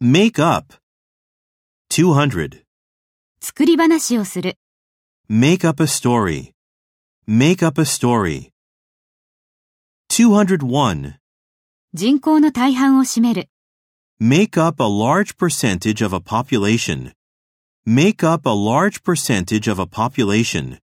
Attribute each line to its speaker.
Speaker 1: Make up. 200.
Speaker 2: 作り話をする、
Speaker 1: Make up a story. Make up a story. 201.
Speaker 2: 人口の大半を占める、
Speaker 1: Make up a large percentage of a population. Make up a large percentage of a population.